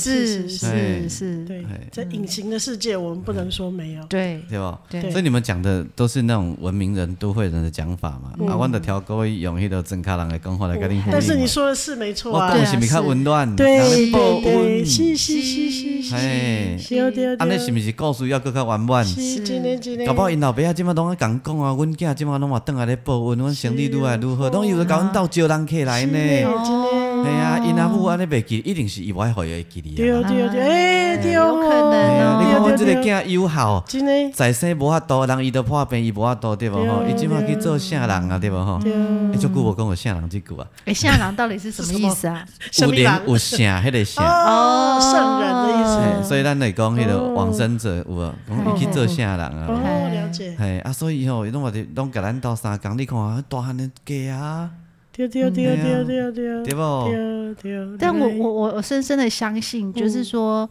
B: 是
C: 哎
B: 是是，
A: 对
C: 哎，嗯
A: 在隐形的世界，我们不能说没有，
B: 对
C: 对吧？
B: 对
C: 所以你们讲的都是那种文明人、都会人的讲法嘛，啊，阮着挑各位用迄个真卡人的讲话来甲恁呼
A: 嗯但是
C: 应
A: 你
C: 嘛，
A: 说的是没错
C: 我
A: 啊
C: 讲，的是毋是较温暖，
A: 对
C: 人
A: 对
C: 咧报
A: 对，
C: 恩，
A: 是是是是是，
C: 嘿。
A: 对对
C: 哎安尼
A: 对
C: 啊是，毋是故事要更较圆满？
A: 是今天今天
C: 搞，不好因老爸仔即摆拢爱共讲啊，阮囝即摆拢嘛转来咧报恩，阮生意愈来愈好，
A: 哦
C: 拢有咧甲阮兜招人客来呢。
A: 今天。
C: 系啊，因阿母安尼袂记，一定是伊无爱互伊会记哩
A: 对
C: 啊。
A: 哦对哦对哦，哎对哦，
B: 有可能
C: 嘿啊
B: 哦
C: 你看
A: 对
C: 阮
A: 哦
C: 即
A: 对
C: 个
A: 哦对哦
C: 囝友好，
A: 真的，
C: 再生无法度，人伊都破病，伊无法度对无
A: 对
C: 吼？
A: 啊
C: 伊即摆去做啥人啊对无吼？
A: 对哦
C: 哎，足久无讲过啥人即句啊？
B: 哎，下郎到底是什么意思啊？
A: 什
C: 有
A: 么
C: 灵
A: 人
C: 有啥迄个啥？
A: 哦，圣人的意思，
C: 嘿所以咱来讲迄个往生者有无？讲伊去做啥人啊？
A: 哦，了解，
C: 嘿，啊，所以吼、伊拢嘛伫拢甲咱斗相共，你看啊，大汉的家啊，
A: 对对对对对对
C: 对
A: 对
C: 无？
A: 对，
B: 哦但我我我我深深的相信，
A: 嗯
B: 就是说。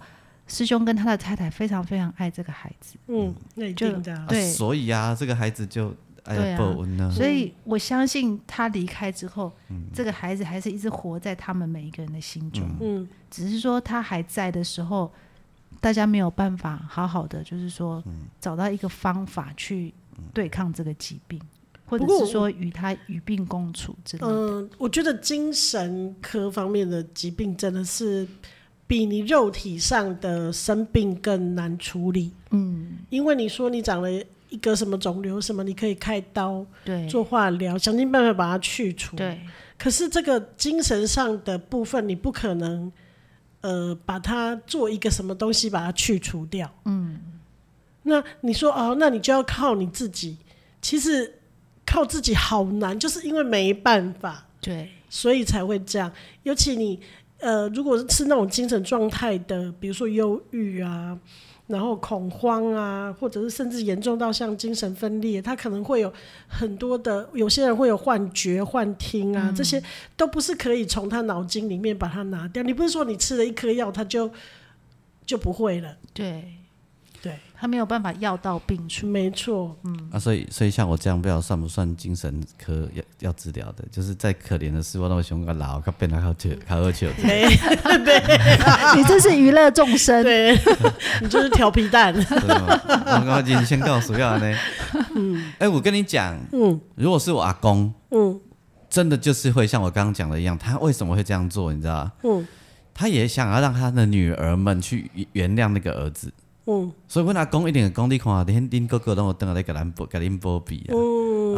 B: 师兄跟他的太太非常非常爱这个孩子，
A: 嗯，那一定的
C: 啊
A: 啊，嗯
B: 对
C: 所以啊，这个孩子就哎
B: 对
C: 呀
B: 啊
C: 报恩啊，
B: 所以我相信他离开之后，这个孩子还是一直活在他们每一个人的心中。
A: 嗯
B: 只是说他还在的时候，大家没有办法好好的，就是说
A: 嗯
B: 找到一个方法去对抗这个疾病，或者
A: 不过
B: 是说与他与病共处之类的。
A: 嗯，我觉得精神科方面的疾病真的是比你肉体上的生病更难处理，
B: 嗯，
A: 因为你说你长了一个什么肿瘤什么，你可以开刀
B: 对，
A: 做化疗，想尽办法把它去除，
B: 对，
A: 可是这个精神上的部分，你不可能呃把它做一个什么东西把它去除掉。嗯，那你说哦，那你就要靠你自己。其实靠自己好难，就是因为没办法，
B: 对，
A: 所以才会这样。尤其你呃，如果是那种精神状态的，比如说忧郁啊。然后恐慌啊，或者是甚至严重到像精神分裂，他可能会有很多的，有些人会有幻觉、幻听啊，这些都不是可以从他脑筋里面把它拿掉。你不是说你吃了一颗药，他就就不会了？
B: 对，
A: 对，
B: 他没有办法药到病 除。
A: 没错，
C: 啊，所以所以像我这样，不知道算不算精神科要要治疗的？就是在可怜的时候，让我熊个老，较变得较笑，较好笑的。
A: 没 没，
B: 你这是娱乐众生。
A: 对， 你就是调皮蛋，
C: 真的吗我刚人先告诉要呢。嗯，哎，我跟你讲，嗯，如果是我阿公，
A: 嗯
C: 真的就是会像我刚刚讲的一样，他为什么会这样做？你知道吗？
A: 嗯
C: 他也想要让他的女儿们去原谅那个儿子。
A: 嗯，
C: 所以阮阿公一定会讲，你看，恁恁哥哥拢有等来给咱保给恁保庇啊，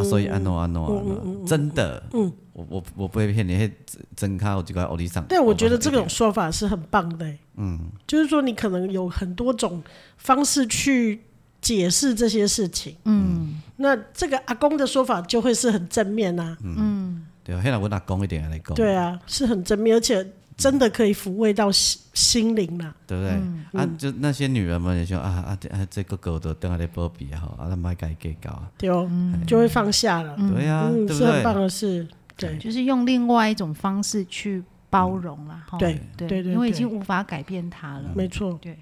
C: 啊，所以安怎安怎安怎，真的，我我我不会骗你，迄真卡有几块奥利上。
A: 但我觉得这种说法是很棒的、嗯，就是说你可能有很多种方式去解释这些事情。
B: 嗯，
A: 那这个阿公的说法就会是很正面啊，
C: 嗯对啊，迄我阿公一定来讲，
A: 对啊，是很正面，而且真的可以抚慰到心心灵啦、
C: 对不
A: 嗯
C: 对？啊，就那些女人们也说啊啊这啊，这哥哥都等来咧保庇啊，吼，啊，咱莫甲伊计较啊，
A: 对哦，
B: 嗯
A: 就会放下了。
C: 对啊，
A: 嗯，
C: 对
A: 是
C: 不
A: 很棒
C: 对？
A: 的事。对
B: 就是用另外一种方式去包容啦。哈
A: 嗯对
B: 对
A: 对对
B: 因为已
A: 对
B: 经无法改变他了。
A: 没错，
B: 对，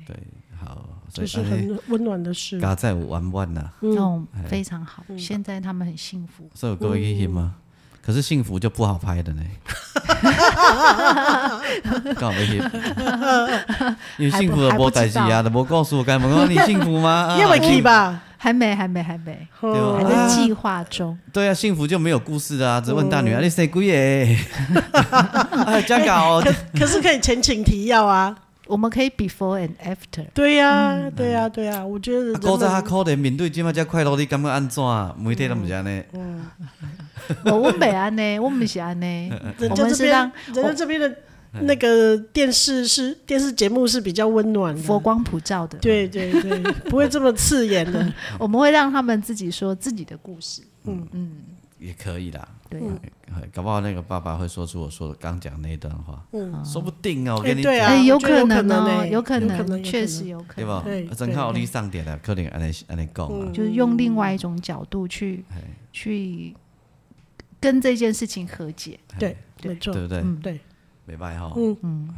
C: 好，嗯所
A: 这
C: 以哎
A: 是
C: 安尼
A: 很温暖的事。
C: 家在有圆满呐，啊
A: 嗯
B: 那种非常好。现在他们很幸福。
A: 嗯
C: 所以有各位去翕吗？可是幸福就不好 拍的呢，搞那些，因为幸福的无代志啊，都无告诉我该问我你幸 福吗？啊
A: 因为 k 吧，
B: 还没，还没，还没，
A: 哦
B: 还在计划中。
C: 对啊，幸福就没有故事啊，只问大
A: 嗯
C: 女儿、你谁鬼 耶？啊，加搞哦，
A: 可是可以前情提要啊，
B: 我们可以 before and after。
A: 对
C: 嗯
A: 呀，对呀，对呀，我觉得人
C: 古早较
A: 们
C: 可怜，面对即马遮快乐，你感觉安怎？每天都毋是安
A: 嗯
C: 尼，
B: 我哦我没安 呢，我们是安呢，
A: 人
B: 我
A: 家
B: 们
A: 这
B: 是让
A: 边人家这边的
C: 嗯
A: 那个电视是电视节目是比较温暖
B: 佛
A: 的，
B: 光普照的。
A: 嗯对对对，不会这么刺眼 的，
B: 我们会让他们自己说自己的故事。
C: 也可以啦。
B: 对，
C: 哎搞不好那个爸爸会说出我说的刚讲那一段话，说不定哦。我跟你
A: 哎对啊
C: 讲
B: 哎，有
A: 我觉得有
B: 可能
A: 可能
B: 哦，
A: 欸
B: 有可
A: 有可能有可
B: 能，确
A: 能
B: 实有可
C: 对
B: 能，
C: 吧
A: 对？
C: 啊正好你上点了，可能安尼安尼讲啊，
B: 就是用另外一种角度去
C: 嗯哎
B: 去跟这件事情和解。
A: 对，
B: 对嗯
A: 没错
C: 对，不对？
A: 对，
C: 袂歹吼，
A: 嗯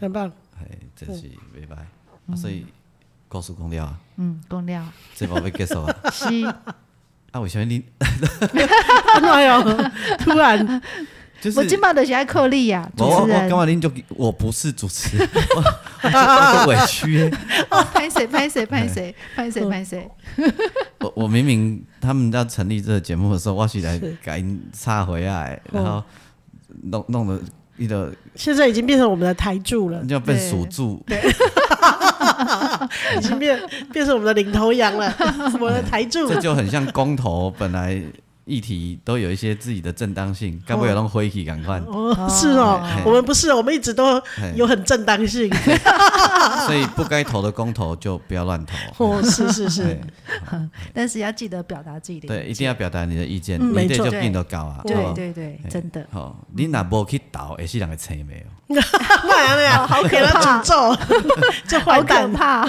A: 很棒，
C: 哎，真是袂歹。啊，所以告诉公了啊，
B: 嗯，公料
C: 这部要结束啊。
B: 是，
C: 啊，为什么你
A: 哎呦，突然
C: 就是
B: 我今晚的是爱克利呀，
C: 我我
B: 啊主持
C: 我
B: 人
C: 干，嘛？您就我不是主持人， 我我我委屈欸。
B: 拍谁拍
C: 哎
B: 谁拍谁拍
A: 嗯
B: 谁拍谁，
C: 我 我明明他们要成立这个节目的时候，我是来
A: 是哦
C: 赶紧插回来，然后弄弄得一个
A: 现在已经变成我们的台柱了，
C: 就被
B: 对
C: 数住，
A: 已经变变成我们的领头羊 了，我的台柱，
C: 这就很像公投本来议题都有一些自己的正当性，该不会有弄灰起赶快？
A: 哦，是哦
C: 哎，
A: 我们不是，我们一直都
C: 哎
A: 有很正当性，
C: 所以不该投的公投就不要乱投。
A: 哦，是是是
C: 对，
B: 但是要记得表达自己的
C: 对，
B: 意
C: 一
B: 见。
C: 定要表达你的意见，
A: 嗯
C: 你
A: 没
C: 这
A: 错
C: 就变得高啊。
B: 对
C: 好不好
B: 对对，真的。
C: 好，你若无去投，也是人会青没有。
A: 那样那
B: 哦
A: 样，好给他诅咒，这坏
B: 好可
A: 蛋，
B: 怕，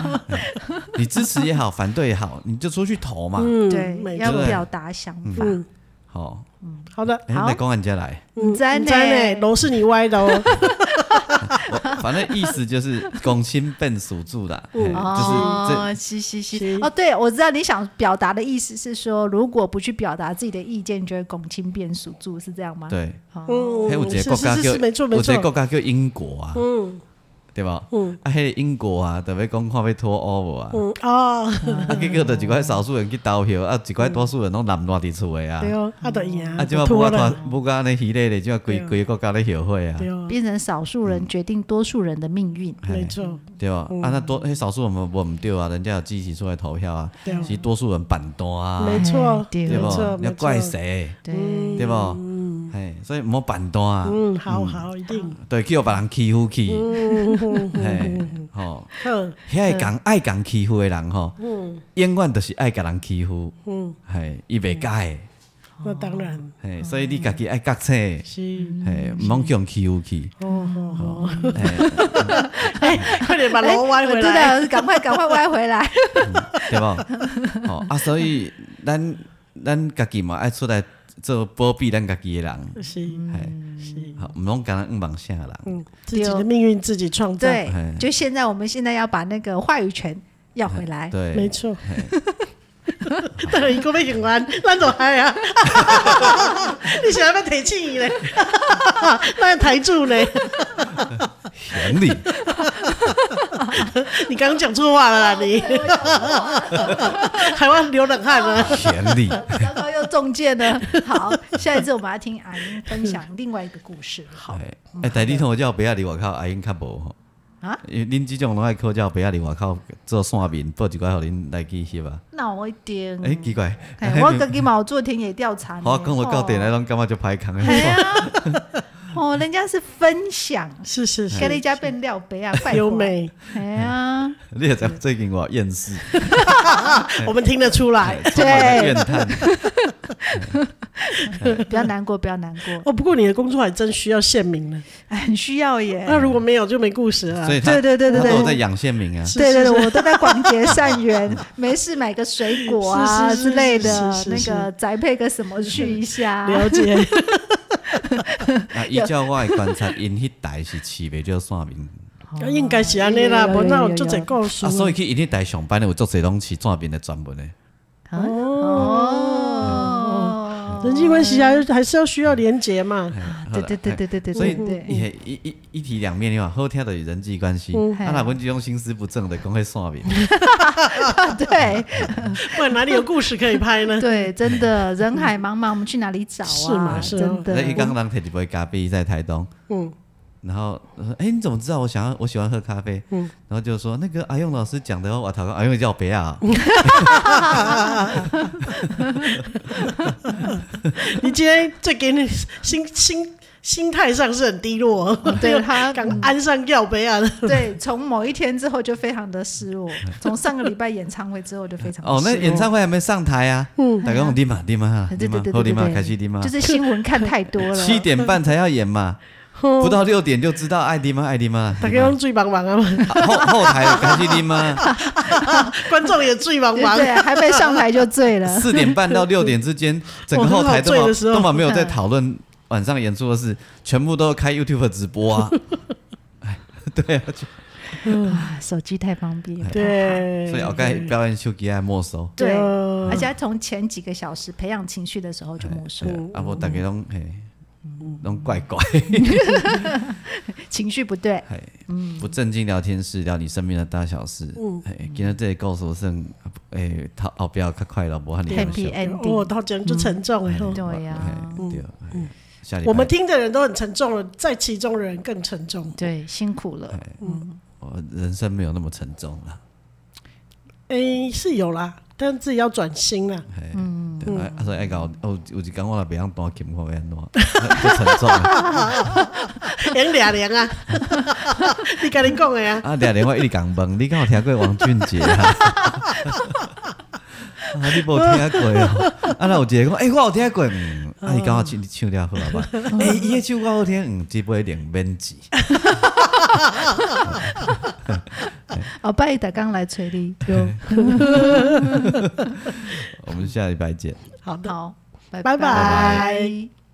C: 你支持也好，反对也好，你就出去投嘛。
A: 嗯，
B: 对，
A: 没
B: 要
A: 错，
B: 表达想法。
A: 嗯，
C: 好，
A: 好的，
C: 哎，
B: 好
C: 来公安家来，
A: 嗯，
B: 你在
A: 你
B: 呢
A: 在呢，楼是你歪的哦，
C: 我 反正意思就是拱心笨属住啦，嘿嗯就是这
B: 哦，是是是
A: 是，
B: 哦，对，我知道你想表达的意思是说，如果不去表达自己的意见，就会拱亲变属住，是这样吗？，
C: 对。
B: 哦，
A: 嗯，
C: 还有一个
A: 是
C: 哎国家
A: 是是是没
C: 叫，
A: 错没
C: 有一个
A: 错，
C: 国家叫英国啊，
A: 嗯
C: 对吧？
A: 嗯
C: 啊，迄个英国啊，特别讲看要脱欧无啊，
A: 嗯哦，
C: 啊，结果就一寡少数人去投票，啊，一寡多数人拢南乱伫厝诶啊
A: 对，哦，阿德赢
C: 啊，即马无
A: 脱
C: 法
A: 了，
C: 团，无甲安尼系列咧，即马规
A: 对啊
C: 规个国家咧后悔啊，
A: 对哦，
B: 变成少数人决定多数人的命运。
C: 嗯嘿
A: 没错，
C: 对吧？
A: 嗯
C: 啊，那多迄少数人无毋对啊，人家有积极出来投票啊，
A: 对哦
C: 其，实多数人板单啊，
A: 没错，
B: 对
C: 对
A: 没
C: 不
A: 错？
C: 你要
A: 没
C: 怪
A: 错，
C: 谁？
B: 对，
C: 对不？嘿，所以莫板单啊，
A: 嗯，好好，一定，
C: 对，叫别人欺负去，嘿， 吼，
A: 嗯，
C: 遐会讲爱讲欺负的人吼，永远都是爱甲人欺负，
A: 嗯
C: 嘿，伊袂改
A: 那
C: 哦
A: 当然
C: 的，嘿，所以你家己爱觉醒，
A: 是。
C: 嘿，毋通叫人欺负去，
A: 哦哦哦！
C: 嘿，
A: 快点把
B: 哎
A: 楼歪回
B: 对
A: 来。
B: 的，赶快赶快歪回 来。
C: 对不？ 吼啊，所以咱咱家己嘛爱出来做保庇咱家己的 人，
A: 是
C: 嘿，
A: 嗯是，
C: 好，毋通甲人硬往下人，
A: 嗯，自己的命运自己创造。
B: 对
C: 哎，
B: 就现在，我们现在要把那个话语权要回来。
A: 没
C: 对，
A: 错。 当然，伊讲要用完， 咱就嗨啊！你想要提醒 伊咧？咱台柱咧？
C: 行李，
A: 你刚刚讲错话了啦！ 你台湾流冷汗 了。
C: 行李。
B: 糟糕，又中箭了。好，下一次我们要听阿英分享另外一个故事。好，
C: 哎，哎，但你同我叫不要离外口，阿英较无吼。
B: 啊，
C: 因为恁即种拢爱靠叫不要离外口做线面，报一寡互恁来去翕啊。
B: 那我一定。
C: 哎，奇怪，
B: 哎，我自己嘛有做田野调 查呢。
C: 我讲我到电来
B: 哦。
C: 拢感觉就歹空
B: 哎
C: 诶。
B: 呀，哦，人家是分享，
A: 是是是
B: 跟，人家变料杯啊，快
A: 优
B: 活。
A: 美，
B: 哎呀，
C: 你也知道最近我厌世，
A: 我们听得出来。
C: 充满了 怨叹。
B: 不要难过，不要难过，
A: 哦，不过你的工作还真需要县民呢。
B: 哎，很需要耶。
A: 那如果没有，就没故事了啊。
C: 所以他
B: 对对对对
C: 他都有
B: 对
C: 在养县民啊。
A: 是
B: 对对对，我都在广结善 缘，没事买个水果啊
A: 是是是
B: 之类的
A: 是，是
B: 那
A: 是
B: 个宅配个什么去一下。
A: 了 解，
C: 啊，依照我的观察，因迄代是饲袂着线 面，
A: 应该是安尼啦，
B: 有有有
A: 无那有足
B: 有
A: 侪故事
C: 啊，
A: 啊。
C: 所以去因迄代上班的有足侪拢饲线面的专门的。
A: 嗯
B: 哦。
A: 人际关系还还是要需要连结嘛。
C: 哎
B: 啊对对对对对对，
C: 所以
B: 嗯对 对
C: 也一一一体两面的话，后天的人际关系，
B: 嗯嘿嗯
C: 啊，若阮即种心思不正的，讲会算命。
B: 对
A: 不然哪里有故事可以拍 呢？
B: 对，真的人海茫茫，我们去哪里找啊？
A: 是嘛是啊
B: 真
C: 那
B: 的，
C: 一刚刚摕一杯咖啡在台东，
A: 嗯，
C: 然后哎、诶你怎么知道我想要我喜欢喝咖啡？嗯，然后就说那个阿用老师讲的哦，我讨厌阿用叫别啊，
B: 嗯
A: 你今天这给你心心心态上是很低落哦，
B: 对他
A: 刚安上药杯啊，
B: 对，从某一天之后就非常的失落，从上个礼拜演唱会之后就非常的
C: 哦，那
B: 失落
C: 演唱会还没上台啊，大家讲立马立马
B: 对嗯对
C: 立马
B: 对对
C: 后
B: 对
C: 立马
B: 对，
C: 开始立马
B: 就，是新闻看 太多了，
C: 七点半才要 演嘛，
B: 哦
C: 不到六点就知道爱立马爱立马，
A: 大家
C: 立马
A: 用醉茫茫啊 嘛，
C: 啊后后台有开始立马，
A: 观众也醉茫
B: 对
A: 茫。
B: 对，还没上台就醉 了，
C: 四点半到六点之间，整个
A: 我
C: 后台
A: 很好
C: 都
A: 醉
C: 嘛
A: 的时候
C: 都嘛没有在讨论晚上演出的事，全部都开 YouTube 直 播啊。哎，对啊，就
B: 啊手机太方便了，
A: 对，啊
C: 所以我刚才表演手机爱没收，
B: 对，
A: 嗯
B: 而且从前几个小时培养情绪的时候就没收
C: 对，啊，啊无大
A: 嗯
C: 家拢嘿，拢怪怪，
B: 情绪不对，哎
C: 嘿， 不正经聊天室聊你身边的大小事，
A: 嗯
C: 嘿，今天这里告诉我剩，哎，他后边较快乐，无和你
B: Happy
C: 笑，
A: 哦，
B: ending，
A: 到讲就沉重哎。哦
B: 对呀、
C: 嘿对，啊嘿下礼拜
A: 嗯我们听的人都很沉重了，在其中的人更沉重。
B: 对，辛苦了，
C: 我人生没有那么沉重了。
A: 诶，是有啦，但自己要转心啦。
C: 嗯，对，啊，所以爱搞，有有一讲我若袂晓弹琴，我要安怎？ 不沉重啊！
A: 凉俩凉啊， 你跟你讲的呀、啊。
C: 啊，两年我一直讲问，你敢有听过王俊杰啊？ 啊，你无听过哦？啊，那有一个讲，诶，我有听过，嗯，啊，伊讲我唱唱了好啊吧？诶，伊迄首歌好听，嗯，只不过两免钱。
B: 哦，拜达刚来催你，就
C: 我们下礼拜见。
A: 好的。
B: 好，拜
A: 拜拜
B: 拜